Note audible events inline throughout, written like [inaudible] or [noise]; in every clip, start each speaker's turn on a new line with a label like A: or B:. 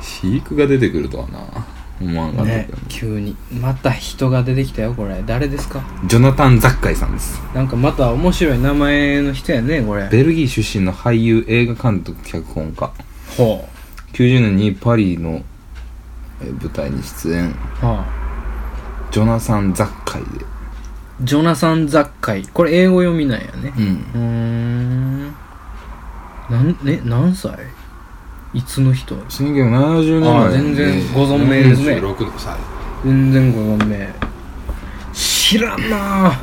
A: 飼育が出てくるとはな思わなかった
B: ね
A: けど、
B: 急にまた人が出てきたよこれ誰ですか
A: ジョナタン・ザッカイさんです
B: なんかまた面白い名前の人やねこれ
A: ベルギー出身の俳優映画監督脚本家
B: ほ
A: 90年にパリのえー舞台に出演
B: うはあ
A: ジョナサン・ザッカイで
B: ジョナサン雑貨これ英語読みなんやね
A: うん
B: うーんなんね何歳いつの人
A: 1970年
B: あー全然ご存命ですね
C: 46のさ
B: 全然ご存命知らんなあ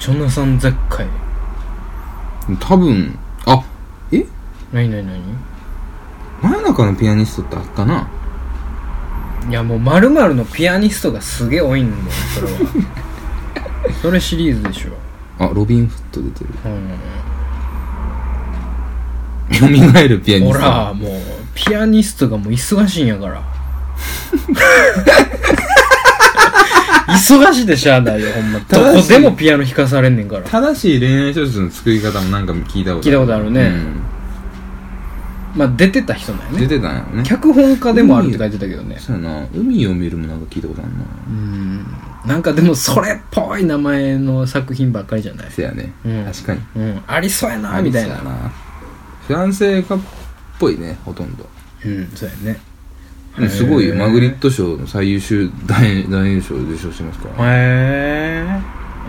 B: ジョナサン雑貨
A: 多分あえ
B: なになになに
A: 真夜中のピアニストってあったない
B: やもうまるのピアニストがすげえ多いんだよそれは [laughs] それシリーズでしょ
A: あロビン・フット出てる
B: うん
A: 蘇るピアニ
B: ほ
A: スト
B: らもうピアニストがもう忙しいんやから忙しいでしゃあないよほんまどこでもピアノ弾かされんねんから
A: 正しい恋愛小説の作り方もなんか聞いたことある
B: 聞いたことあるね
A: うん
B: まあ出てた人だよ
A: 出
B: ね
A: てたんやろね
B: 脚本家でもあるって書いてたけどね
A: そうやな海を見るもなんか聞いたことあるな
B: うんなんかでもそれっぽい名前の作品ばっかりじゃない
A: せやね、
B: うん
A: 確かに
B: うんありそうやなみたいな
A: そうやフランス映画っぽいねほとんど
B: うんそうやね
A: うんすごいよ
B: へー
A: マグリット賞の最優秀大男優賞を受賞してますから、
B: へ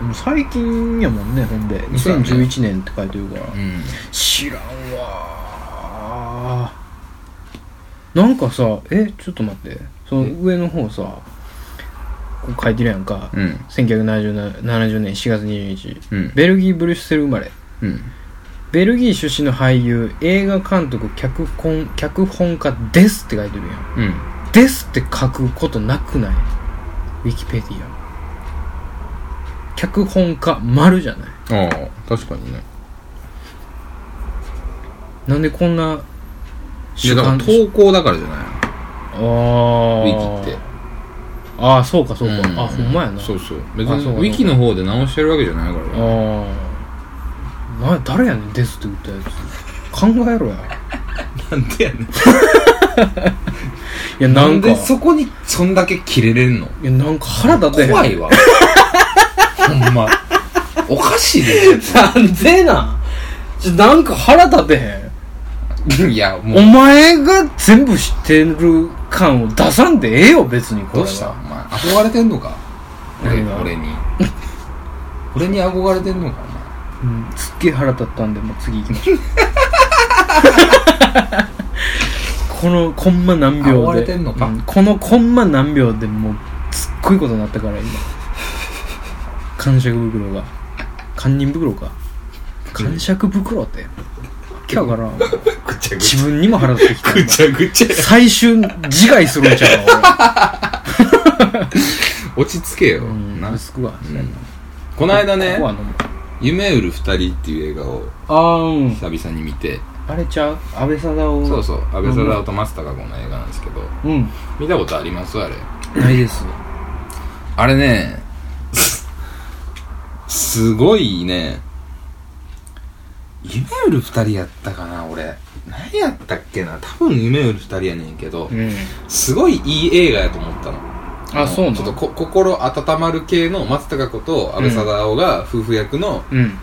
B: えもう最近やもんねほんで
A: そうやね
B: 2011年って書いてるから、
A: うん
B: 知らんわーなんかさえちょっと待ってその上の方さこう書いてるやんか、
A: うん
B: 1970年4月22日、
A: うん
B: ベルギー・ブリュッセル生まれ
A: うん
B: ベルギー出身の俳優映画監督脚本脚本家ですって書いてるやん
A: うん
B: ですって書くことなくないウィキペディア脚本家丸じゃない
A: ああ確かにね
B: なんでこんない
A: やだから投稿だからじゃない
B: ああ
A: ウィキって
B: ああそうかそうか、
A: ん
B: あほんまやな
A: そうそう別
B: あそ
A: に
B: うかそう
A: ウ
B: か
A: ィキの方で直してるわけじゃないか
B: あ
A: ら
B: あな誰やねんですって言ったやつ考えろや
A: なんでやねん
B: いや
A: な
B: なん
A: ん
B: か
A: でそこにそんだけキレれんの
B: いやなんか腹立てへん
A: 怖い
B: [laughs]
A: わほんまおかしいで
B: なんでなんちょなんか腹立てへん
A: いやも
B: お
A: う
B: 前が全部知ってる感を出さんでええよ別に
A: ど
B: これは
A: うしたお前憧れてんのか俺
B: 何が
A: 俺に [laughs] 俺に憧れてんのか
B: うん、すっげえ腹立ったんでもう次行きましょうこのコンマ何秒で
A: あ追われてんのか
B: うこのコンマ何秒でもうすっごいことになったから今感触袋が堪忍袋か感触袋って今日からん
A: お前ぐちゃ
B: 自分にも腹立ってき [laughs] た
A: ぐちゃぐちゃ
B: 最終自害するんちゃうか
A: 落ち着けよ、
B: 俺、うん、
A: な
B: 薄くは
A: うんこの間
B: こ
A: ね
B: こは飲む
A: 「夢売る二人」っていう映画を
B: あーうん
A: 久々に見て
B: あれちゃう安倍貞夫
A: そうそう阿部サダヲと松たか子の映画なんですけど
B: ううん
A: 見たことありますあれ
B: ないです
A: あれねすすごいね夢売る二人やったかな俺何やったっけな多分夢売る二人やねんけど
B: ん
A: すごいいい映画やと思ったの
B: あそうなの
A: ちょっとこ心温まる系の松たか子と阿部サダヲが夫婦役の
B: うん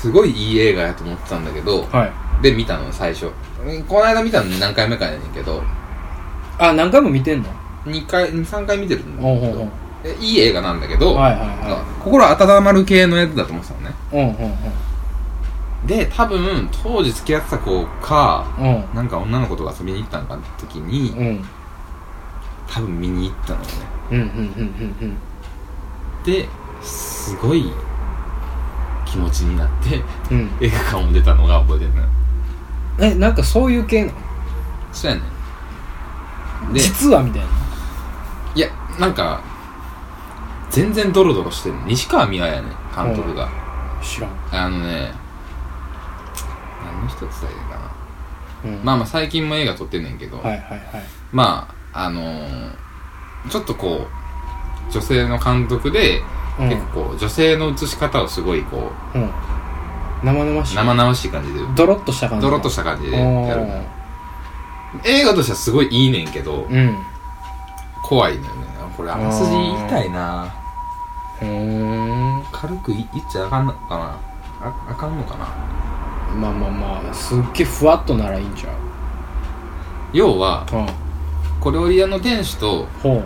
A: すごいいい映画やと思ってたんだけど
B: はい
A: で見たの最初うんこの間見たの何回目かやねんけど
B: あ何回も見てんの
A: 2回3回見てるんだ
B: おう
A: け
B: おう
A: どえいい映画なんだけど、
B: はいはいはい
A: なんか心温まる系のやつだと思ってたのね
B: おうおうおう
A: で多分当時付き合ってた子か
B: おう
A: なんか女の子と遊びに行ったのかって時に、
B: うん
A: 多分見に行ったのよね
B: うんうんうんうん
A: ですごい気持ちになって [laughs]
B: うんうん
A: 映画館を出たのが覚えてるのよ
B: えなんかそういう系なの
A: そうやねで
B: 実はみたいない
A: やなんか全然ドロドロしてる西川美和やね監督が、
B: 知らん
A: あのね何の人伝えるかな
B: うん
A: まあまあ最近も映画撮ってんねんけど、
B: はいはいはい
A: まああのーちょっとこう女性の監督で、
B: うん
A: 結構こう女性の映し方をすごいこ
B: うん生々
A: う
B: しい
A: 生々しい感じで
B: ドロッとした感じ
A: ドロッとしたた感じで
B: お
A: やるのよ
B: ー
A: 映画としてはすごいいいねんけど、
B: うん
A: 怖いのよね。あこれ、あらすじ言いたいな。
B: へえ
A: 軽くい言っちゃあかんのかな。あ、あかんのかな。
B: まあまあまあすっげえふわっとならいいんちゃう
A: 要は、
B: うん
A: 小料理屋の店主と、
B: ほう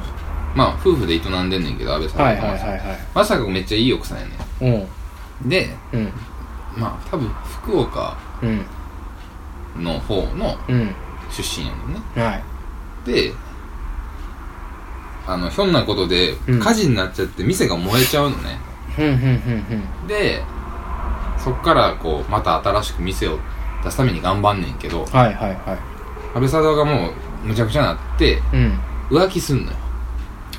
A: まあ、夫婦で営んでんねんけど、安倍さん。
B: はいはいはいは
A: まさかめっちゃいい奥さんやね
B: いう
A: ん。
B: ん
A: で、
B: うん
A: まあ、多分、福岡
B: うん
A: の方の
B: うん
A: 出身やねんね。
B: はい
A: で、あの、ひょんなことで、
B: うん
A: 火事になっちゃって店が燃えちゃうのね。
B: ふんふんふんふん
A: で、そっからこう、また新しく店を出すために頑張んねんけど、
B: はいはいは
A: 安倍貞夫がもう、むちゃくちゃなって、
B: いうん
A: 浮気すんのよ。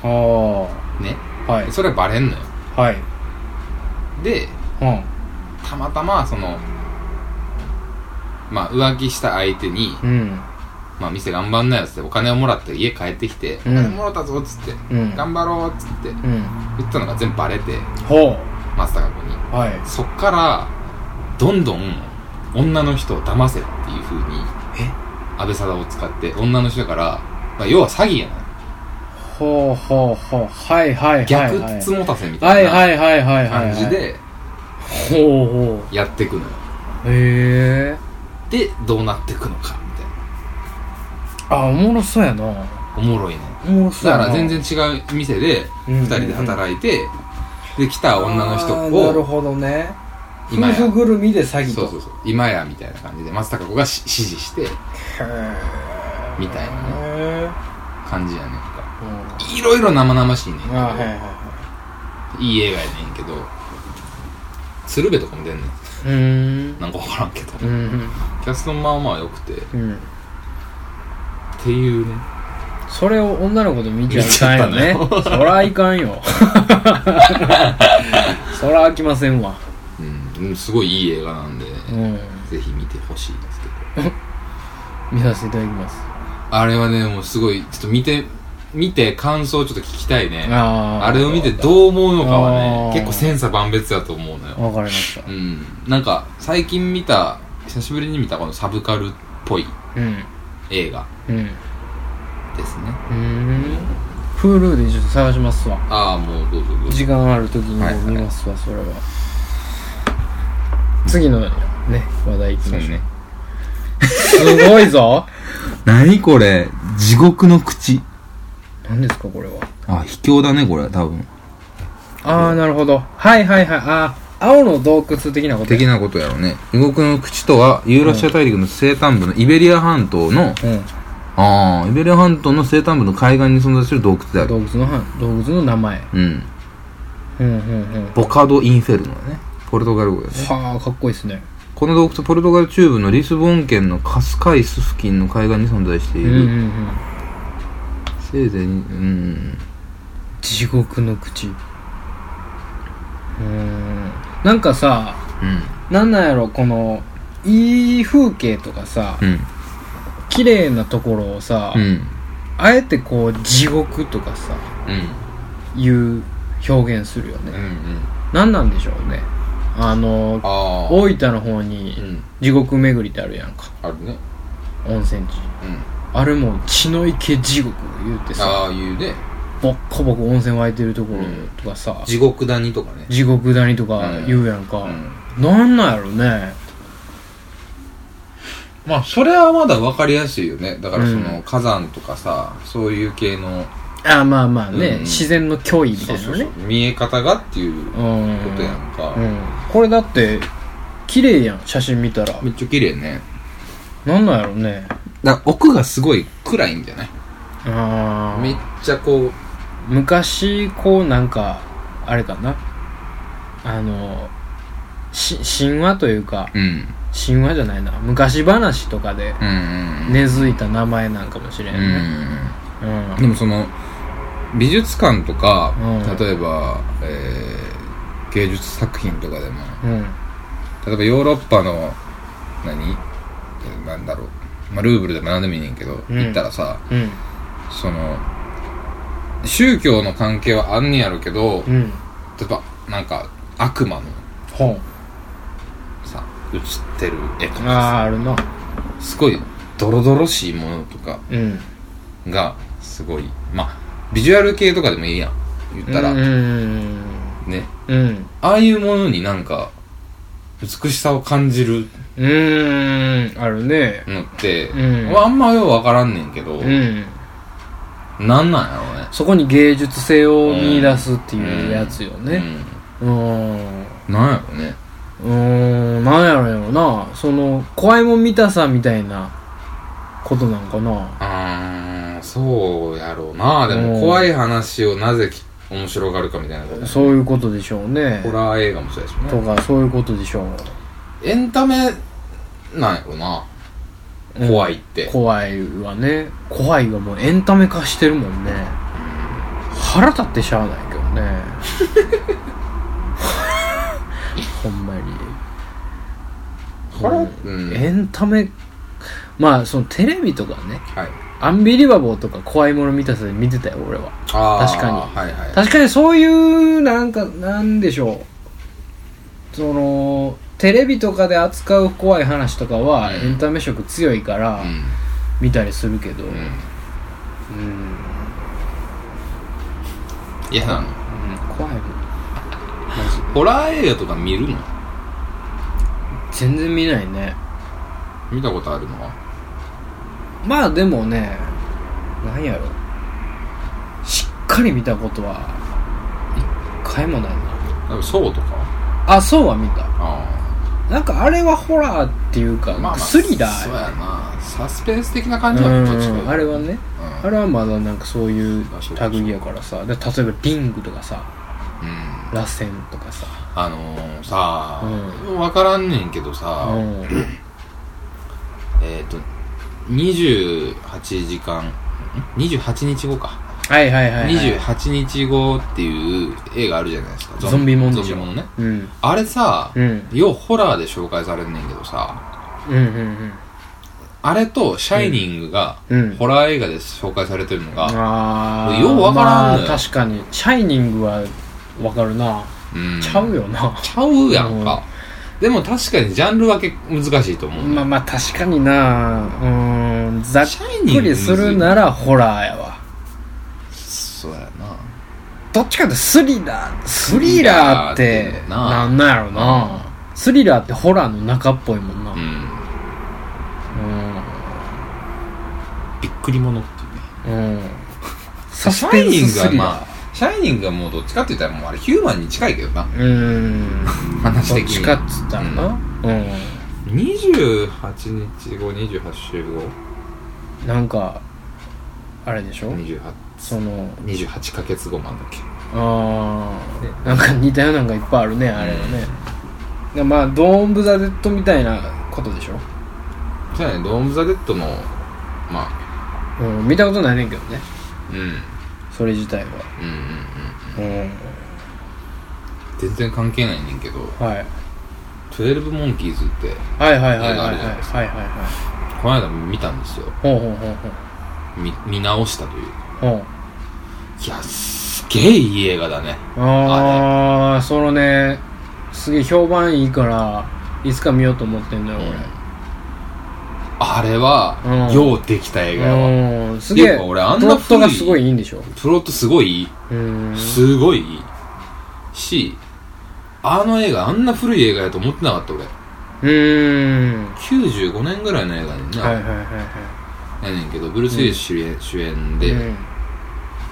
B: ああ
A: ね。
B: はい
A: それはバレんのよ。
B: はい
A: で、たまたま、その、まあ、浮気した相手に、
B: うんうん
A: まあ、店頑張んないよっつって、お金をもらって家帰ってきて、
B: うん
A: お金もらったぞっつって、
B: うん
A: 頑張ろうっつって、
B: うん
A: 言ったのが全部バレて、
B: ほ
A: 松坂子に。
B: うはい
A: そっからどんどん女の人を騙せっていう風に安倍貞を使って女の人から、まあ、要は詐欺やな
B: ほうほうほうはいはいはい
A: 逆
B: はい
A: つ持たせみた
B: はいいは
A: ない
B: はいはいはいはい
A: 感じで
B: ほうほ
A: やってくのよ
B: うへえ
A: でどうなってくのかみたい
B: あおもろそうやな
A: なおもろいね
B: おもろそう
A: だ
B: や
A: か
B: な
A: ら全然違う店で
B: うんう
A: 2
B: んうん
A: 人で働いてで来た女の人
B: あーなる
A: を
B: ほどね夫
A: 今や
B: 婦ぐるみで詐欺
A: そ
B: と
A: うそうそう今やみたいな感じで松たか子がし指示して
B: へえ
A: みたいなね
B: ね
A: 感じやねんか
B: うん
A: いろいろ生々しいねんけど
B: あはいはいはい
A: い映画やねんけど鶴瓶とかも出んねん
B: いうん
A: なんか分からんけど
B: う
A: キ
B: ん
A: ャストもまあまあ良くてっ
B: うん
A: ていうね
B: それを女の子と見ちゃいかんよね
A: 見ちゃっ
B: そらいかん
A: [laughs]
B: よそらあきませんわ
A: うんうんすごいいい映画なんで
B: うん
A: ぜひ見てほしいんですけど
B: 見させていただきます
A: あれはねもうすごいちょっと見て見て感想をちょっと聞きたいね
B: あ
A: あれを見てどう思うのかは
B: あー
A: ね結構千差万別だと思うのよ
B: 分かりました
A: うんなんか最近見た久しぶりに見たこのサブカルっぽい
B: うん
A: 映画
B: うん
A: ですね
B: うーん Hulu でちょっと探しますわ
A: ああもうどうぞどうぞ
B: 時間ある時に
A: はいはい
B: も見ますわ、それは次のね話題いき
A: そう
B: ましょう
A: ね
B: すごいぞ
A: 何これ地獄の口
B: 何ですかこれは
A: あ卑怯だねこれ多分
B: ああなるほどはいはいはいあー青の洞窟的なこと
A: 的なことやろうね地獄の口とはユーラシア大陸の西端部のイベリア半島の、
B: うん
A: ああイベリア半島の西端部の海岸に存在する洞窟である
B: 洞窟のは洞窟の名前
A: うん
B: うんうんうん
A: ボカド・インフェルノだねポルトガル語だね
B: はあかっこいいですね
A: この洞窟ポルトガル中部のリスボン県のカスカイス付近の海岸に存在してい
B: うんうん
A: る、
B: うん
A: せいぜいにうん
B: 地獄の口うーんなんかさ
A: うん
B: なんなんやろこのいい風景とかさ
A: うん
B: 綺麗なところをさ、
A: うん
B: あえてこう地獄とかさ
A: うん
B: いう表現するよ
A: うんう
B: ね
A: ん
B: 何なんでしょうねあの
A: ああ
B: 大分の方
A: う
B: に
A: ん
B: 地獄巡りってあるやんか
A: あるね
B: 温泉地
A: うん
B: あれも血の池地獄言うて
A: あ
B: さ
A: あいうね
B: ボッコボコ温泉湧いてるところ
A: うん
B: とかさ、
A: 地獄谷とかね
B: 地獄谷とか言うやんか、
A: うん
B: なんなんやろね
A: まあそれはまだ分かりやすいよねだからその、
B: うん
A: 火山とかさそういう系の
B: あまあまあね、
A: うん
B: 自然の脅威みた
A: そう
B: いなね
A: そうそう見え方がっていうこ
B: うん
A: とやんか、
B: うん、これだって綺麗やん写真見たら
A: めっちゃ綺麗ね
B: なんなんやろね
A: だから奥がすごい暗いんじゃない
B: あ
A: めっ
B: ー
A: ちゃこう
B: 昔こうなんかあれかなあのし神話というか
A: うん
B: 神話じゃないな昔話とかで
A: うんうん
B: 根付いた名前なんかもしれん
A: うん
B: ねうん
A: でもその美術館とか、
B: うん
A: 例えば、えー芸術作品とかでも
B: うん
A: 例えばヨーロッパの何えーなんだろう、まあ、ルーブルでも何でもいいねんけど、
B: うん
A: 行ったらさ、
B: うん
A: その宗教の関係はあんねやろけど、
B: う
A: 例
B: ん
A: えばなんか悪魔の
B: ほう
A: さ映ってる絵とか
B: あああるな
A: さすごいドロドロしいものとか
B: うん
A: がすごいまあビジュアル系とかでもいいやん言ったら、
B: うんうん
A: ね
B: うん
A: ああいうものになんか美しさを感じる
B: うーんあるね
A: のって、
B: うん
A: あんまようわからんねんけど、
B: うん
A: なんなんやろうね
B: そこに芸術性を見出すっていうやつよねう
A: う
B: ん
A: ん、なんやろうね
B: うーんなんやろやろなその怖いもん見たさみたいなことなんかな
A: あーそうやろうなで
B: う
A: も
B: ん
A: 怖い話をなぜき面白がるかみたいなこと
B: そういうことでしょうね
A: ホラー映画もそうやし
B: と
A: ね
B: かそういうことでしょう
A: エンタメなんやろうな
B: うん
A: 怖いって、
B: 怖いはね怖いはもうエンタメ化してるもんね腹立ってしゃあないけどね
A: [laughs]
B: ほんまに
A: 腹
B: うん
A: うん
B: エンタメまあそのテレビとかね
A: はい
B: アンビリバボーとか怖いもの見たさで見てたよ俺は
A: あー
B: 確かに
A: はいはい
B: 確かにそういうなんかなんでしょうそのテレビとかで扱う怖い話とかは
A: うん
B: エンタメ色強いから
A: うん
B: 見たりするけど、
A: うん
B: うん
A: 嫌なの
B: うん怖いもん
A: ホラー映画とか見るの
B: 全然見ないね
A: 見たことあるのは
B: まあでもねなんやろしっかり見たことは一回もないな
A: 多分そうとか
B: あそうは見た
A: あ
B: なんかあれはホラーっていうか、
A: あまあまあ
B: スリラ
A: そう
B: ー
A: やなサスペンス的な
B: う
A: 感じだ
B: ん
A: どっちか
B: あれはねあれはまだなんかそういう
A: あそうか
B: 類やからさで例えばリングとかさ
A: うんうん
B: 螺旋とかさ
A: あのー、さあ、
B: う
A: 分からんねんけどさ、
B: うん
A: えっ、と28時間ん28日後か、
B: はいはいはい、はい、
A: 28日後っていう映画あるじゃないですか
B: ゾンビもん
A: ゾ
B: で
A: ン
B: し
A: ビ
B: ょ
A: ものね
B: うん
A: あれさ、
B: うん
A: ようホラーで紹介されんねんけどさ
B: うんうん
A: あれと「シャイニング」が
B: うんうん
A: ホラー映画で紹介されてるのが、
B: あー
A: ようわからんのよ
B: まあ確かに「シャイニング」はわかるな、
A: うん
B: ちゃうよな
A: ちゃうやんか、でも確かにジャンル分け難しいと思う、
B: まあまあ確かになうーんざっ
A: シャイニング
B: くりするならホラーやわ
A: そうやな
B: どっちかってスリラースリ
A: スリラ
B: ラーっ
A: ー
B: て
A: ってな
B: なんなんやろなスリラーってホラーの中っぽいもんなう
A: うん
B: ん
A: びっくりものっていうね
B: うんサ
A: シ
B: ス
A: ャ
B: ペ
A: イ
B: ン
A: ニン
B: ス
A: グ
B: ス
A: は
B: リ
A: ま
B: ラー
A: あシャイニングはもうどっちかって言ったらもうあれヒューマンに近いけどな
B: うーん
A: 話
B: どっ
A: 的
B: ち
A: に
B: かっつったらなうん
A: 28日後28週後
B: なんかあれでしょ
A: 28,
B: その
A: 28ヶ月後なんだっけ
B: ああなんか似たようなのがいっぱいあるねあれはね、でまあドーン・ブ・ザ・デッドみたいなことでしょ、
A: そうやねドーム・ザ・デッドのまあ
B: うん、見たことないねんけどね
A: うんうん
B: それ自体は
A: うんうん
B: うん
A: 全然関係ないねんけど
B: はい
A: 12モンキーズって
B: はいはいはいはい
A: 映画あ
B: はいはい
A: るじゃないです
B: はいはい
A: この間見たんですよ
B: ほうほうほう
A: 見見直したという
B: ほうほう
A: いやすげえいい映画だね
B: ああそのねすげえ評判いいからいつか見ようと思ってんだよ
A: あれは、
B: うん
A: ようできた映画やわ、
B: 俺うんすげえ
A: っていうか俺あん
B: プロ
A: な
B: ットがすごいいいんでしょ
A: プロットすごいいい
B: うん
A: すごいいいしあの映画あんな古い映画やと思ってなかった俺
B: うーん
A: 95年ぐらいの映画やねんな、
B: はいはいはい
A: やねんけどブルース・ウィリス主演,、主演
B: はい
A: で、
B: うん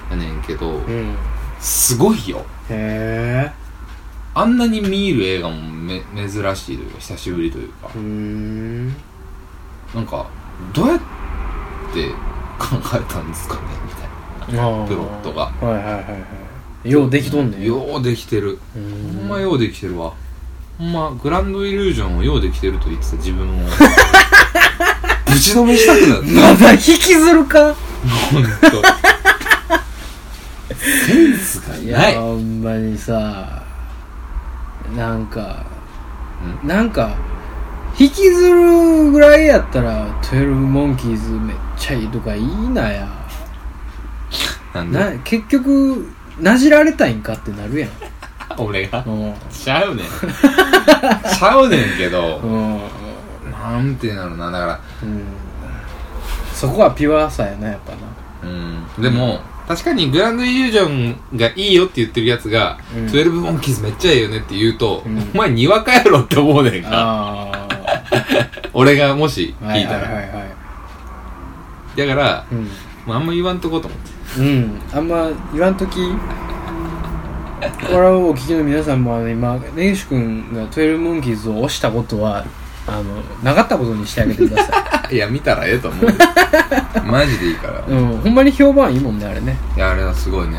A: やねんけど
B: うん
A: すごいよ
B: へ
A: あんなに見る映画もめ珍しいというか久しぶりというか
B: えうん
A: なんかどうやって考えたんですかねみたい
B: プロ
A: プロットが
B: はいはいはいはいようできとん
A: な
B: ね
A: ようできてる
B: う
A: ほん
B: ん
A: まようできてるわほんまグランドイリュージョンをようできてると言ってた自分を [laughs] ぶちのめしたくなっ
B: まだ引きずるか
A: たほんとセンスが
B: い
A: な
B: や
A: い
B: ほんまにさなんかなんか引きずるぐらいやったら「12モンキーズめっちゃいい」とかいいなや
A: なんで
B: な結局なじられたいんかってなるやん
A: 俺が
B: うん
A: ちゃうねんちゃうねんけど
B: うん
A: なんていうのなだから
B: うんそこはピュアさやなやっぱな
A: うんでも確かにグランドイリュージョンがいいよって言ってるやつが「
B: うん
A: 12モンキーズめっちゃええよね」って言うと、
B: うん
A: お前にわかやろって思うねんか
B: あ
A: 俺がもし
B: あは
A: 聞
B: い
A: い
B: は
A: た
B: い
A: ら、
B: はいはい
A: だから
B: うん、
A: もうあんま言わんとこうと思って
B: うん、あんま言わんときこれをお聞きの皆さんもあの今根岸君が12モンキーズを押したことはあのなかったことにしてあげてくださ
A: [laughs] いや、見たらええと思うよマジでいいから。 [laughs]
B: い、うん、ほんまに評判いいもんねあれね、
A: いや、あれはすごいね。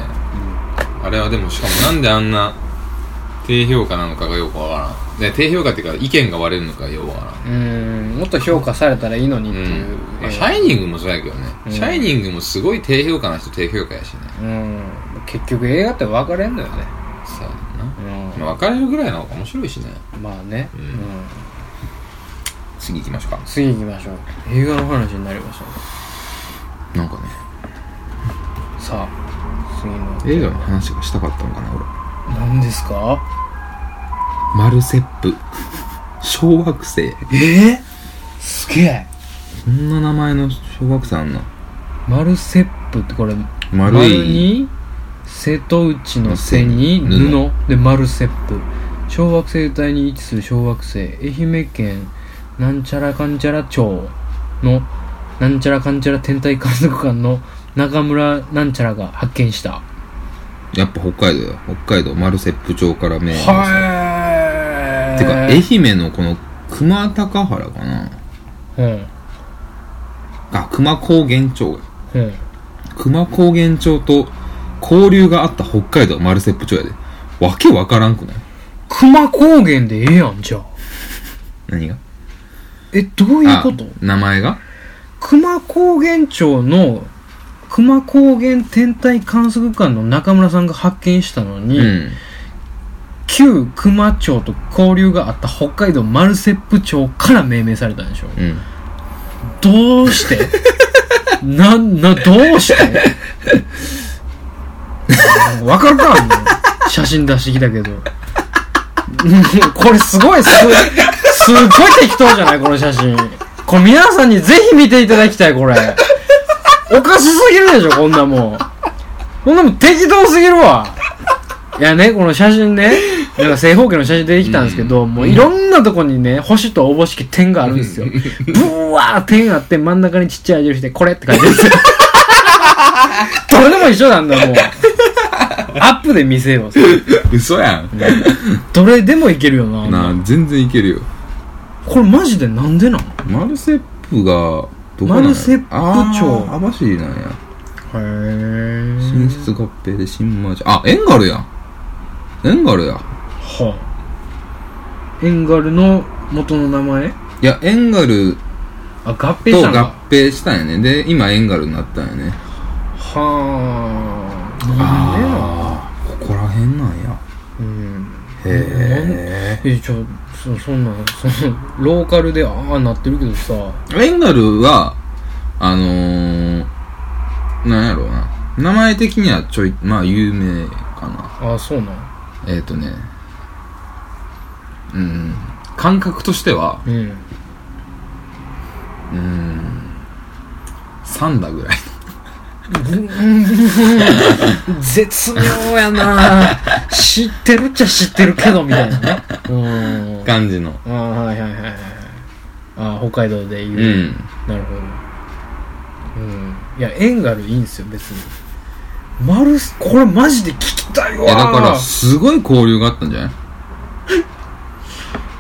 B: うん、
A: あれはでも、しかもなんであんな低評価なのかがよくわからん。ね、低評価っていうか、意見が割れるのかよくわからん。
B: うんもっと評価されたらいいのに
A: う
B: っていう、
A: ん。まあ、シャイニングもそうやけどね。
B: うん
A: シャイニングもすごい低評価な人低評価やしね。
B: うん、結局映画って分かれんのよね、
A: そうや
B: う
A: な。
B: ん
A: まあ、別れるぐらいの方が面白いしね。
B: まあね、
A: うん
B: うん、
A: 次行きましょうか。
B: 次行きましょう映画の話になりましたね
A: なんかね、
B: さあ次の
A: 映画の話がしたかったのかな、俺。
B: 何ですか
A: マルセップ。小惑星。
B: ええすげえ
A: こんな名前の小惑星あんな。
B: マルセップってこれ
A: 丸い
B: に瀬戸内の瀬に
A: の瀬に
B: 布でマルセップ小惑星帯に位置する小惑星愛媛県なんちゃらかんちゃら町のなんちゃらかんちゃら天体観測館の中村なんちゃらが発見した
A: やっぱ北海道よ。北海道、マルセップ町から名物
B: はい
A: てか、愛媛のこの熊高原かな
B: うん
A: あ、熊高原町。
B: うん
A: 熊高原町と交流があった北海道マルセップ町やで。わけわからんくない
B: 熊高原でええやんじゃあ
A: 何が
B: えどういうこと
A: あ名前が
B: 熊高原町の熊高原天体観測館の中村さんが発見したの
A: う
B: に、
A: ん。
B: 旧熊町と交流があった北海道マルセップ町から命名されたんでしょ
A: うん。
B: どうして [laughs] なんなどうして [laughs] わかるかあんな写真出してきたけど [laughs] これすごいすすっごい適当じゃないこの写真これ皆さんにぜひ見ていただきたいこれおかしすぎるでしょこんなもんこんなもん適当すぎるわいやねこの写真ねなんか正方形の写真出てきたんですけど、もういろんなとこにね星とおぼしき点があるんですよブワー点あって真ん中にちっちゃい印でこれって書いてるん [laughs] ですよどれでも一緒なんだもうアップで見せようそれ
A: 嘘やん。
B: どれでもいけるよな
A: なあ、全然いけるよ。
B: これマジでなんでなの
A: マルセップが、どこなの
B: マルセップ町
A: あー網走なんや。
B: へ
A: 新設合併で新町。あ、エンガルやん。エンガルや。
B: はあエンガルの元の名前
A: いや、エンガル
B: あ合併し
A: と
B: たん
A: 合
B: だ
A: 併したんやね。で、今エンガルになったんやね。
B: はあなんでなの
A: ああここら辺なんや
B: うん
A: へ
B: えじゃあそそんなんそのローカルでああなってるけどさ
A: えエンガルはあのー、なんやろうな名前的にはちょいまあ有名か
B: あそうなん
A: なえっ、ー、とねうん感覚としては
B: うん
A: うん3だぐらい
B: 絶妙やな [laughs] 知ってるっちゃ知ってるけどみたいなねうん
A: 感じの
B: あーはいはいはいはいあー北海道で言
A: う
B: う、
A: ん
B: なるほどうんいやエンガルいいんすよ別にマルスこれマジで聞きたい
A: え
B: わ
A: だからすごい交流があったんじゃない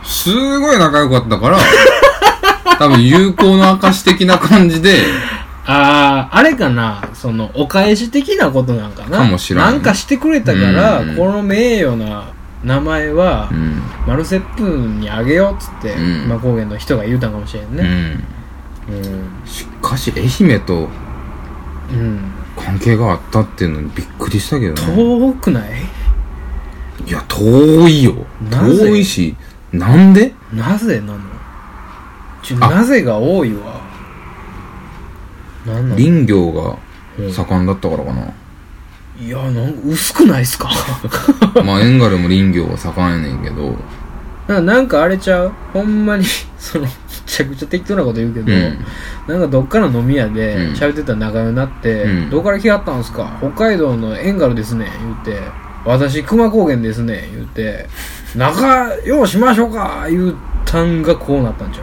A: すごい仲良かった
B: [laughs]
A: から多分友好の証的な感じで
B: あああれかなそのお返し的なことなんかな
A: かもしらん
B: なんかしてくれたから
A: うん
B: この名誉な名前は、
A: うん
B: マルセップにあげようっつって、
A: うん
B: まあ高原の人が言うたんかもしれん
A: う
B: ね
A: ん
B: うん
A: しかし愛媛と
B: うん
A: 関係があったっていうのにびっくりしたけどね
B: 遠くない
A: いや遠いよ
B: なぜ
A: 遠いしなんで
B: なぜなのちょ
A: あ
B: なぜが多いわなんなの
A: 林業が
B: うん
A: 盛んだったからかな
B: いやなんか薄くないっすか
A: まあエンガルも林業が盛んやねんけど
B: ななんかあれちゃうほんまに [laughs] そのちゃくちゃ適当なこと言うけ
A: う
B: ど、
A: ん
B: なんかどっかの飲み屋で
A: うん
B: 喋ってたら仲良くなって、
A: うん
B: どこから来はったんすか北海道のエンガルですね言うて私熊高原ですね言うて仲良うしましょうか言うたんがこうなったんちゃ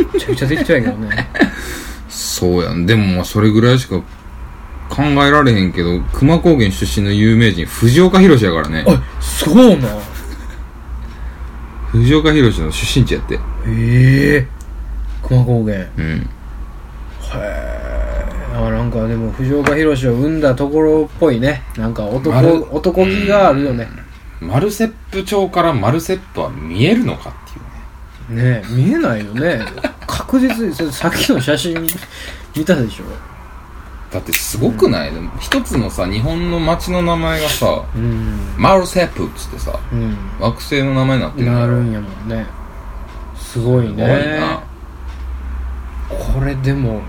B: うめちゃくちゃ適当やけどね
A: [laughs] そうやんでもまあそれぐらいしか考えられへんけど熊高原出身の有名人藤岡弘やからね
B: あそうなん
A: 藤岡弘の出身地やって
B: へえ熊高原へ
A: うん
B: えあなんかでも藤岡弘を生んだところっぽいねなんか男
A: ある
B: 男気があるよね
A: マルセップ町からマルセップは見えるのかっていうね
B: ねえ見えないよ [laughs] ね確実にそれさっきの写真見たでしょ
A: だってすごくない、でも一つのさ日本の町の名前がさ
B: うん
A: マルセップっつってさ
B: うん
A: 惑星の名前になってるん
B: な
A: だろ
B: るんやもんねすごい
A: すごい
B: ね
A: な
B: これでも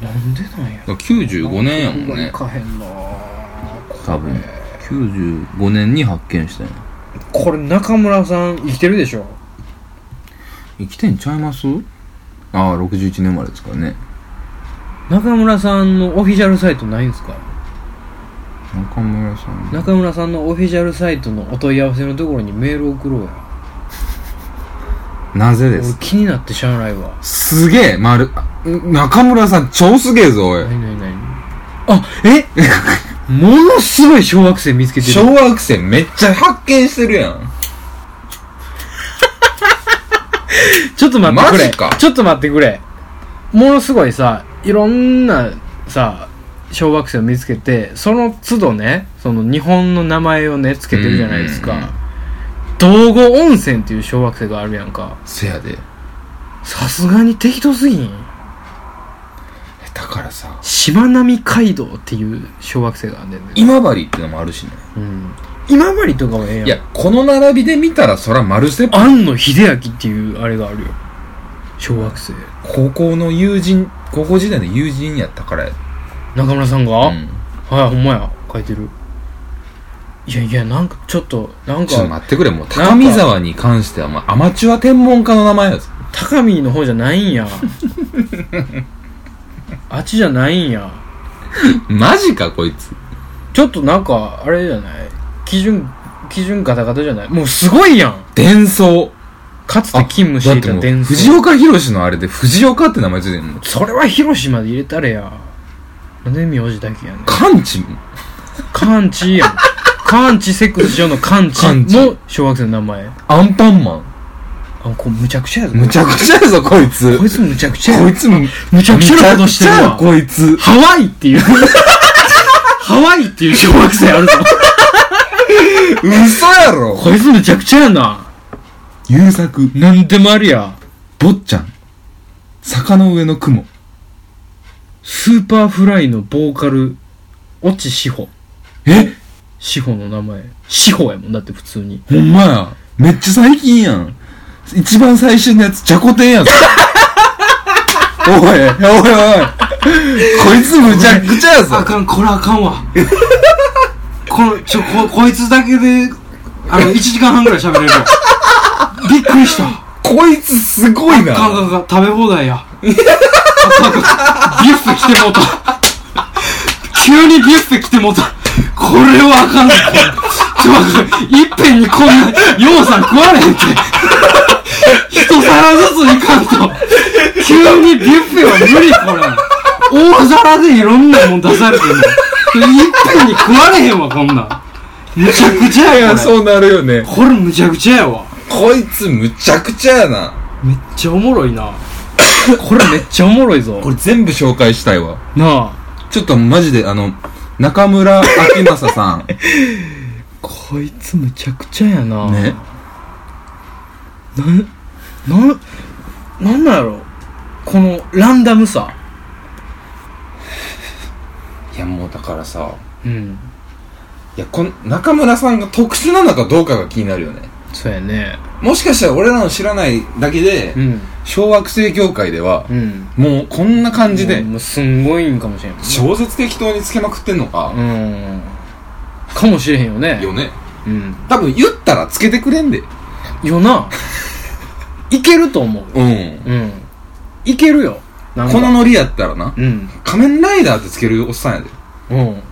B: なんでなんや
A: 95年やもん
B: 納
A: ね
B: 得がいかへんな
A: 多分95年に発見したんや
B: これ中村さん生きてるでしょ
A: 生きてんちゃいますああ61年生まれですからね
B: 中村さんのオフィシャルサイトないんですか
A: 中村さん
B: 中村さんのオフィシャルサイトのお問い合わせのところにメール送ろうや
A: なぜで
B: 俺
A: す
B: 気になってしゃあないわ
A: すげえ丸あ中村さん超すげえぞおい
B: 何何何あ
A: [laughs]
B: えものすごい小惑星見つけて
A: 小
B: る
A: 学生めっちゃ発見してるやん
B: ちょっと待ってくれ
A: マジか
B: ちょっと待ってくれものすごいさいろんなさ小惑星を見つけてその都度ねその日本の名前をねつけてるじゃないです
A: うんうんう
B: か
A: ん
B: 道後温泉っていう小惑星があるやんか
A: せやで
B: さすがに適当すぎん
A: だからさ
B: しまなみ海道っていう小惑星があんねんね
A: 今治ってのもあるしね
B: うん今治とかはええやん
A: いやこの並びで見たらそら丸セップ
B: 庵野秀明っていうあれがあるよ小学生
A: 高校の友人高校時代の友人やったからや
B: 中村さんが、
A: うん
B: はいほんまや書いてるいやいやなんかちょっとなん
A: ちょっと
B: か
A: 待ってくれもう
B: か
A: 高見沢に関しては、まあ、アマチュア天文家の名前やぞ
B: 高見の方じゃない
A: [laughs]
B: んやあっちじゃないんや
A: マジかこいつ
B: ちょっとなんかあれじゃない基準基準ガタガタじゃないもうすごいやん
A: 伝送
B: かつて勤務し
A: だ
B: て
A: っ
B: い
A: て
B: た
A: もう
B: 伝
A: 藤
B: 説
A: 岡弘のあれで藤岡って名前ついてんの
B: それは広島で入れたれやなんで名字だけやねん
A: 完治も
B: 完治やん完治セックス上の完治
A: 完治
B: も小学生の名前
A: アンパンマン
B: あこれむちゃくちゃやぞ
A: むちゃくちゃやぞこいつ
B: こいつむちゃくちゃや
A: こいつも
B: むちゃくちゃなことしてるわ
A: むちゃくちゃやこいつ
B: ハワイっていうハワイっていう小学生あるぞ
A: 嘘やろ
B: [laughs] こいつむちゃくちゃやな
A: 優作
B: なんでもあるや
A: 坊っちゃん坂の上の雲
B: スーパーフライのボーカルオチシホ
A: え
B: シホの名前シホやもんだって普通に
A: ほんまやめっちゃ最近やん一番最新のやつじゃこ天や [laughs] んおいおいおいこいつむちゃくちゃやぞ
B: かんこれあかんわこのちょここいつだけであの1時間半ぐらい喋れ [laughs] るびっくりした
A: こいつすごい
B: カン
A: な
B: カンカン食べ放題や。カンカンカンビュッフェ来てもうた。急にビュッフェ来てもうた。これはあかんねちょ、待って、いっぺんにこんな、ようさん食われへんって。一皿ずついかんと。急にビュッフェは無理、これ。大皿でいろんなもん出されてるの。いっぺんに食われへんわ、こんなん。むちゃくちゃ
A: い
B: や
A: や
B: これ。
A: そうなるよね
B: これむちゃくちゃやわ。
A: こいつむちゃくちゃやな
B: めっちゃおもろいな [laughs] これめっちゃおもろいぞ
A: これ全部紹介したいわ
B: なあ
A: ちょっとマジであの中村明正さ [laughs] ん
B: こいつむちゃくちゃやな
A: ね
B: なんなんなんなんやろこのランダムさ
A: いやもうだからさ
B: うん
A: いやこの中村さんが特殊なのかどうかが気になるよね
B: そうやね
A: もしかしたら俺らの知らないだけで、
B: ん
A: 小惑星業界では
B: う、ん
A: もうこんな感じで、
B: もうすんごいんかもしれん
A: 小説適当につけまくってんのか、
B: うんかもしれへんよね
A: よね
B: うん [laughs]
A: 多分言ったらつけてくれんで
B: よないけると思うよ
A: うん。
B: うんいけるよなんか
A: このノリやったらな、
B: うん
A: 仮面ライダーってつけるおっさんやで。
B: うん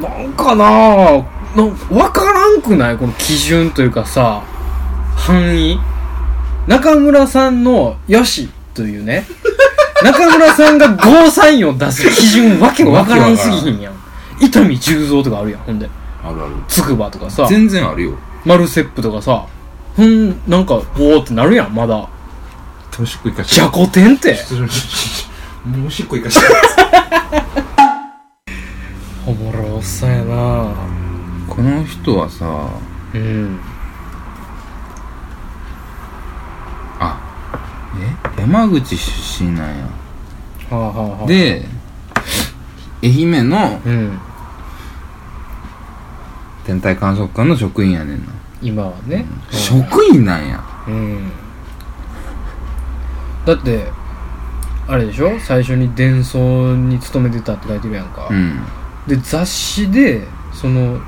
B: なんかなあなん分からんくないこの基準というかさ範囲中村さんの「よし」というね中村さんがゴーサインを出す基準わけわからんすぎひんやん伊丹十三とかあるやんほんで
A: あるある。
B: つくばとかさ
A: 全然あるよ。
B: マルセップとかさほんなんかおーってなるやんまだ
A: 楽しくいか
B: じゃこてんって
A: もうおしっこいかして。
B: おもろいおっさんやな
A: この人はさ、
B: うん
A: あ、え山口出身なんや。
B: はあはあはあ
A: で、愛媛の
B: うん
A: 天体観測館の職員やねんな。
B: 今はね、
A: 職員なんや。
B: うんだってあれでしょ最初に伝送に勤めてたって書いてるやんか、
A: うん。
B: で雑誌でその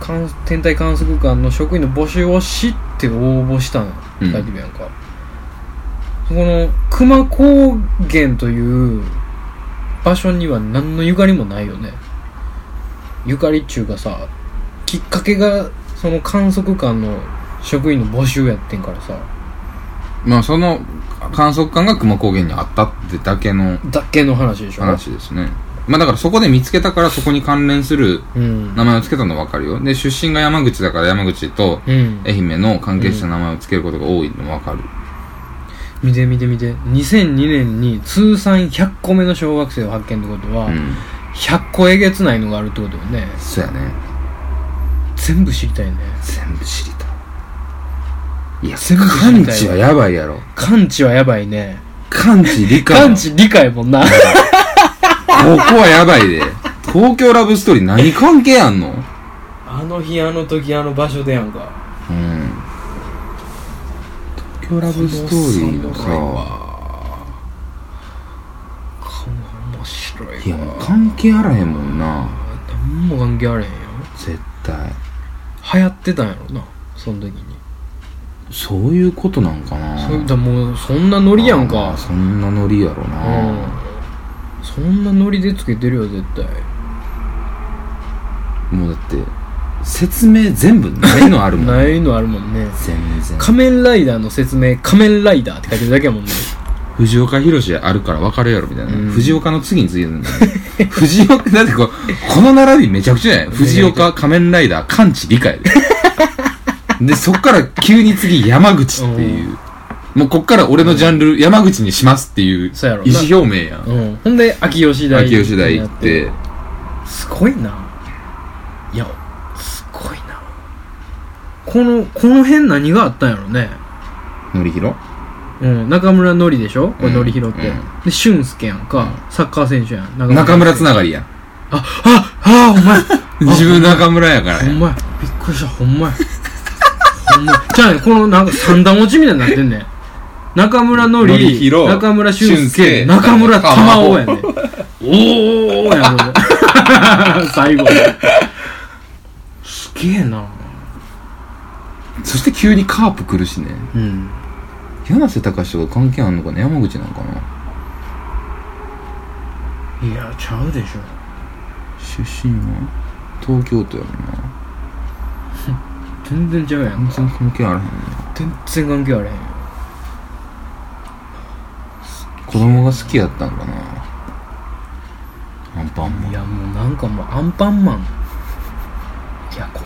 B: 観天体観測館の職員の募集を知って応募したん
A: うん
B: 書いてるやんか、そこの熊高原という場所には何のゆかりもないよねゆかりっちゅうかさきっかけがその観測館の職員の募集やってんからさ
A: まあその観測館が熊高原にあったってだけの
B: だけの話でしょ
A: 話ですね。まあだからそこで見つけたからそこに関連する
B: うん
A: 名前をつけたのわかるよ。で、出身が山口だから山口と
B: うん
A: 愛媛の関係者の名前をつけることが多いのわかる。
B: 見て見て見て2002年に通算100個目の小学生を発見ってことは、
A: うん。
B: 100個えげつないのがあるってことよね
A: そうやね。
B: 全部知りたいね
A: 全部知りたい。いや、
B: 全部知りたい
A: 完治はやばいやろ。
B: 完治はやばいね
A: 完治理科。
B: 完。治理解もんな
A: ここはやばいで。東京ラブストーリー何関係あんの
B: あの日あの時あの場所でやんか
A: うん。東京ラブストーリーのさ、
B: 面白いわ
A: いや、もう関係あらへんもんな。
B: 何も関係あれへんよ
A: 絶対。
B: 流行ってたんやろなその時に、
A: そういうことなんかな。
B: そういったもうそんなノリやん
A: あ
B: か
A: ーそんなノリやろ
B: う
A: な。
B: んそんなノリでつけてるよ絶対
A: もうだって、説明全部ないのあるもん。
B: ないのあるもんね
A: 全然。
B: 仮面ライダーの説明仮面ライダーって書いてるだけやもんね
A: 藤岡弘あるから分かるやろみたいな。
B: うん
A: 藤岡の次に次いるんだよ。 [laughs] 藤岡、だってこう、この並びめちゃくちゃやん。藤岡、仮面ライダー、完治理解で。で、そっから急に次山口っていう。もうこっから俺のジャンル、山口にしますっていう
B: そうやろ
A: 意
B: な
A: 思表明やん。
B: うんほんで秋吉台
A: 秋吉台行って。
B: すごいないやすごいなこのこの辺何があったんやろね
A: のりひろ
B: うん中村のりでしょこれ
A: うん
B: のりひろって、
A: うん
B: で俊介やんか、サッカー選手やん
A: 中村つ
B: つな
A: ながりやん。
B: ああああお前
A: 自分中村やから
B: ほ
A: や
B: ん
A: ん。
B: まやびっくりしたほんまやほんまやじゃあねこのなんか三段落ちみたいになってんねん中村の
A: のり
B: り
A: ひろ
B: 中村俊
A: 俊介
B: 介中村玉緒やねん
A: 玉
B: おーやろ最後すげえな
A: そして急にカープ来るしね。
B: うん
A: 柳瀬隆とか関係あんのかな山口なんかない
B: やちゃうでしょ
A: 出身は東京都やもんな。
B: 全然ちゃうやん
A: 全然関係あらへんね
B: 全然関係あれへんよ
A: 子供が好きやったんかなアンパンマン
B: いやもうなんかもうアンパンマンいやこ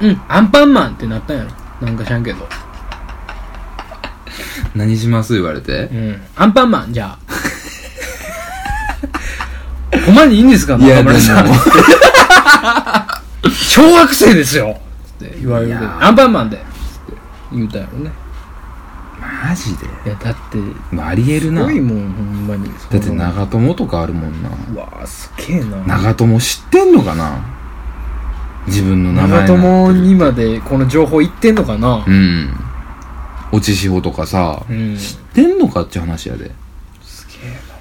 B: うんうんアンパンマンってなったんやろなんか知らんけど
A: 何します言われて
B: うんアンパンマンじ [laughs] ゃあほんまにいいんですか中村さん
A: でも
B: 小学生ですよって言われるけ
A: い
B: ど
A: や
B: アンパンマンでって言うたんやろね
A: マジで、
B: いやだってす
A: まあ、ありえるな
B: ごい
A: だ
B: もんほんまに
A: って長友とかあるもんな
B: うわあすげえな
A: 長友知ってんのかな自分の名前
B: 長
A: なんて
B: 友にまでこの情報いってんのかな
A: うん落ち志保とかさ、
B: うん
A: 知ってんのかって話やです
B: げえな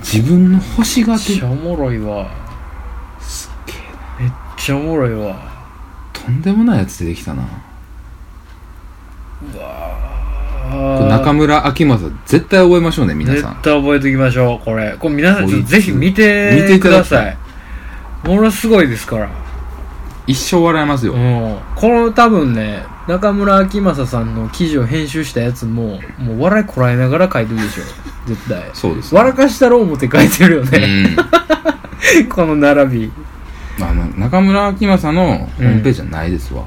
A: 自分の星が
B: めっ
A: 出
B: ちゃおもろいわ
A: すっげえな
B: めっちゃおもろいわ
A: ととんでもないやつ出てきたなこれ
B: あ
A: 中村明正絶対覚えましょうね皆
B: 絶
A: さん
B: 対覚えておきましょうこれこれ皆さんち
A: こ
B: ょっ
A: い
B: と
A: つ
B: ぜひ見
A: 見て
B: て
A: い
B: く
A: ただ
B: だ
A: きた
B: さ
A: い
B: いものすごいですから
A: 一生笑えますよ、
B: うんこの多分ね中村明正さんの記事を編集したやつももう笑いこらえながら書いてるで
A: [laughs]
B: しょ絶対
A: そうです
B: 笑かしたろう思って書いてるよね、
A: う
B: [laughs] この並び
A: んあの中村明正のホームページじゃないですわ、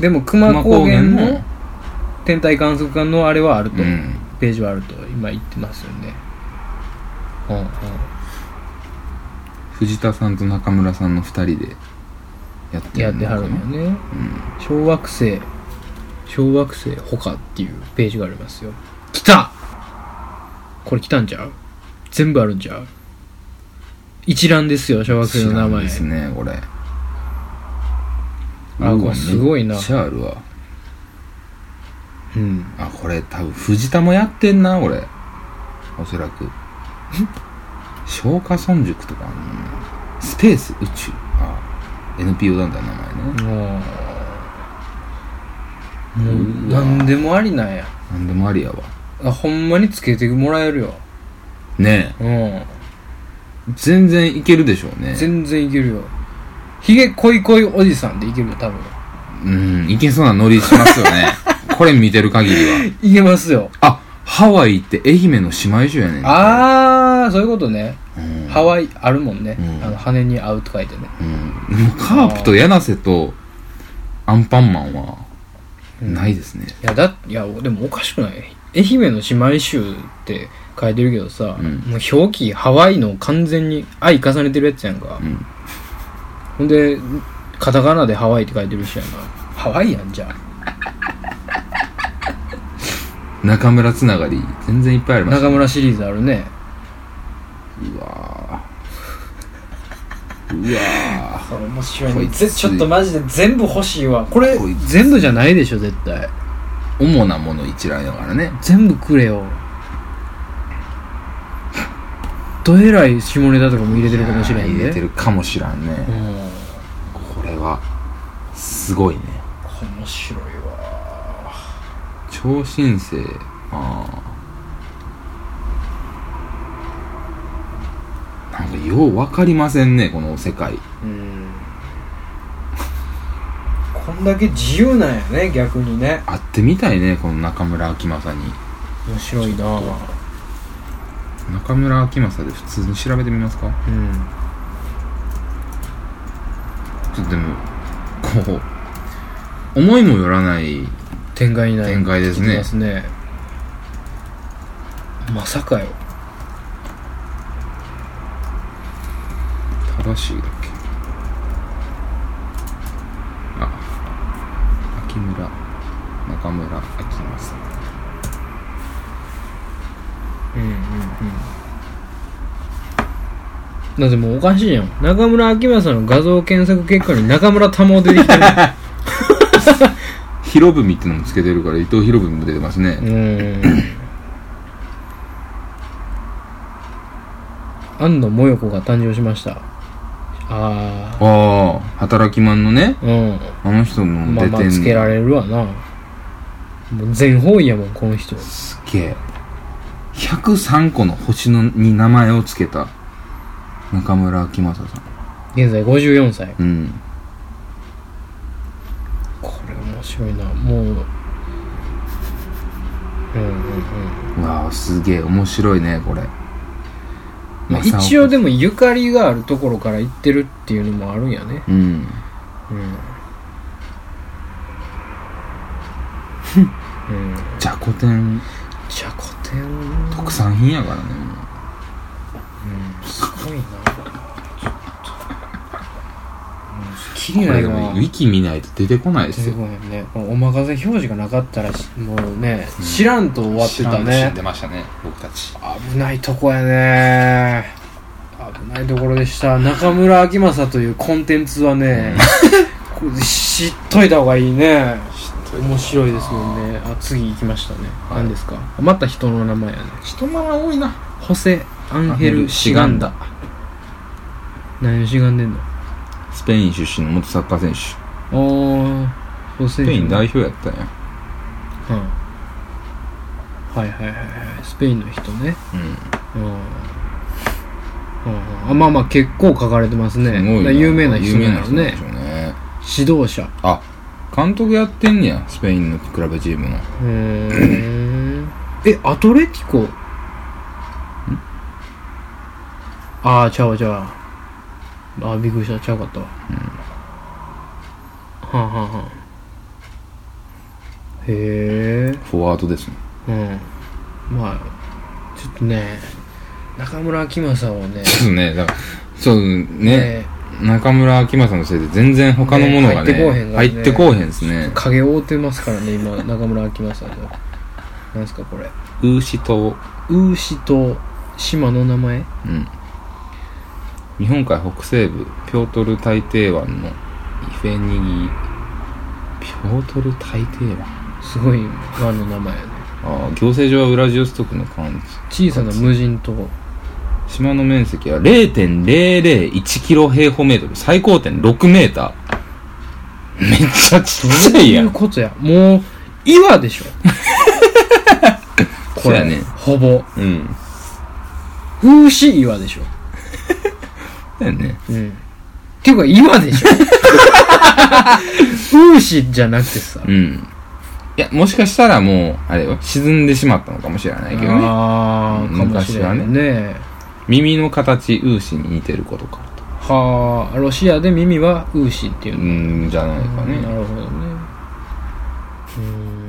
B: でも熊
A: 熊
B: 高原
A: 高原
B: の
A: の
B: 天体観測艦のあれはあると、
A: うん
B: ページはあると今言ってますよねうんうん
A: 藤田さんと中村さんの2人でやって
B: や
A: る
B: っ
A: の
B: ては
A: かな
B: るんだよね、小惑星小惑星ほかっていうページがありますよ来たこれ来たんちゃう全部あるんちゃう一覧ですよ小惑星の名
A: 知らん
B: 前
A: ですねこれあ
B: あこれすごいな
A: めっちゃあるわ
B: うん
A: あこれ多分藤田もやってんな俺おそら
B: [laughs]
A: く松下村塾とかあんのなスペース宇宙あ NPO 団体の名前ね
B: もうもう
A: うわ
B: 何でもありなんや
A: なんでもありやわ
B: あほんまにつけてもらえるよ
A: ね
B: うん
A: え全然いけるでしょうね
B: 全然いけるよひげこいこいおじさんでいけるよ多分
A: うんいけそうなノリしますよ
B: [laughs]
A: ねこれ見てる限りはい
B: けますよ
A: あハワイって愛媛の姉妹州やねん
B: ああそういうことね
A: うん
B: ハワイあるもんね、
A: うん
B: あの羽に合うと書いてね
A: うん、もうカープと柳瀬とアンパンマンはないですね
B: いやだいやでもおかしくない愛媛の姉妹州って書いてるけどさ、
A: うん
B: もう表記ハワイの完全に愛重ねてるやつやんか、
A: うん
B: ほんでカタカナでハワイって書いてるしやなハワイやんじゃあ
A: 中村つながり全然いっぱいありました
B: 中村シリーズあるね
A: うわーうわ
B: これ面白
A: いねぜちょっと
B: マジで全部欲しいわこれ
A: こいつ
B: 全部じゃないでしょ絶対
A: ー主なもの一覧やからね
B: 全部くれよどえらい下ネタとかも入れてるかもしれへん
A: いやー入
B: ね
A: れてるかもしらんね、
B: うん
A: これはすごいね
B: 面白いわ
A: 超新星あーなんかようわかりませんねこの世界
B: うんこんだけ自由なんやね逆にね
A: 会ってみたいねこの中村明正に
B: 面白いな
A: 中村明正で普通に調べてみますか
B: うん
A: ちょっとでもこう思いもよらない
B: 展開にな
A: 展開ですね
B: きますねまさかよ
A: 正しいだっけあ秋村中村明正
B: うんうんうんだってもうおかしいやん中村明正の画像検索結果に中村玉緒出てきてる
A: 博文ってのもつけてるから伊藤博文も出てますね、
B: うーん安野もよこが誕生しましたあ
A: ああ働きマンのね
B: あうん
A: あの人も
B: まあ
A: 出てん
B: ま
A: の、
B: あつけられるわなもう全方位やもんこの人
A: すげえ103個の星のに名前をつけた中村明正さん
B: 現在54歳
A: うん
B: これ面白いなもううんうんうん
A: うわあすげえ面白いねこれ、
B: まあ一応
A: で
B: でもゆかりがあるところから行ってるっていうのもあるんやね
A: うん
B: うんうん
A: じゃこ天
B: じゃこ天
A: 特産品やからね
B: すごいな。気
A: こ
B: にな
A: れ
B: い
A: で
B: な
A: も。ウィキ見ないと出てこないです
B: す
A: よ
B: ごいよね。このお任せ表示がなかったらし、もうね、知らんと終わってた
A: 知らんと死ん
B: ね
A: で。ましたね僕たち
B: 危ないとこやね。危ないところでした。中村明正というコンテンツはね、これ知っといた方がいいね。面白いですもんね。あ、次行きましたね。
A: はい
B: 何ですかまた人の名前やね。
A: 人間が多いな
B: ホセ・アンヘル・シガンダ。何をしがんでんの
A: スペイン出身の元サッカー選手
B: あおーそうス
A: スペイン代
B: 表、
A: 表やったんや。
B: うん、はいはいはいはいスペインの人ね
A: うん。
B: うんうんうんあまあまあ結構書かれてますねだから有名な人なんです
A: 有名人
B: ね
A: なんでしょうね。
B: 指導者
A: あ、監督やってんねや、スペインのクラブチームの。
B: うーんえアトレティコああちゃうわちゃうわあーびっくりしたちゃうかったわ、はんはんはんへえ
A: フォワードですね。
B: うんまあちょっとね中村きまさんをね
A: ちょっとね、だから、ちょっとね、
B: ね
A: 中村明さんのせいで全然他のものがね、
B: ね入ってこうへんからね
A: 入ってこうへんですね。
B: 影を覆ってますからね今中村きまさんのなんすかこれ
A: ウーシ島。
B: ウーシと島の名前
A: うん。日本海北西部、ピョートル大帝湾のイフェニギ。ピョートル大帝湾
B: すごい湾の名前やね
A: ああ、行政上はウラジオストクの管
B: 小さな無人島
A: 地。島の面積は0.001キロ平方メートル。最高点6メーター。めっちゃちっちゃいや。
B: どういうんことやもう岩でしょ
A: [laughs] そうやね
B: ほぼ
A: うん。
B: 風刺岩でしょ
A: だよね。
B: うんっていうか岩で
A: [laughs]
B: しょ風刺じゃなくてさ、
A: うん。いや、もしかしたらもう、あれよ、沈んでしまったのかもしれないけどね。
B: ああかもしれないね
A: 耳の形、ウーシに似てることからと。
B: はあロシアで耳はウーシっていううの、
A: ん、じゃないかね。
B: なるほどねうーん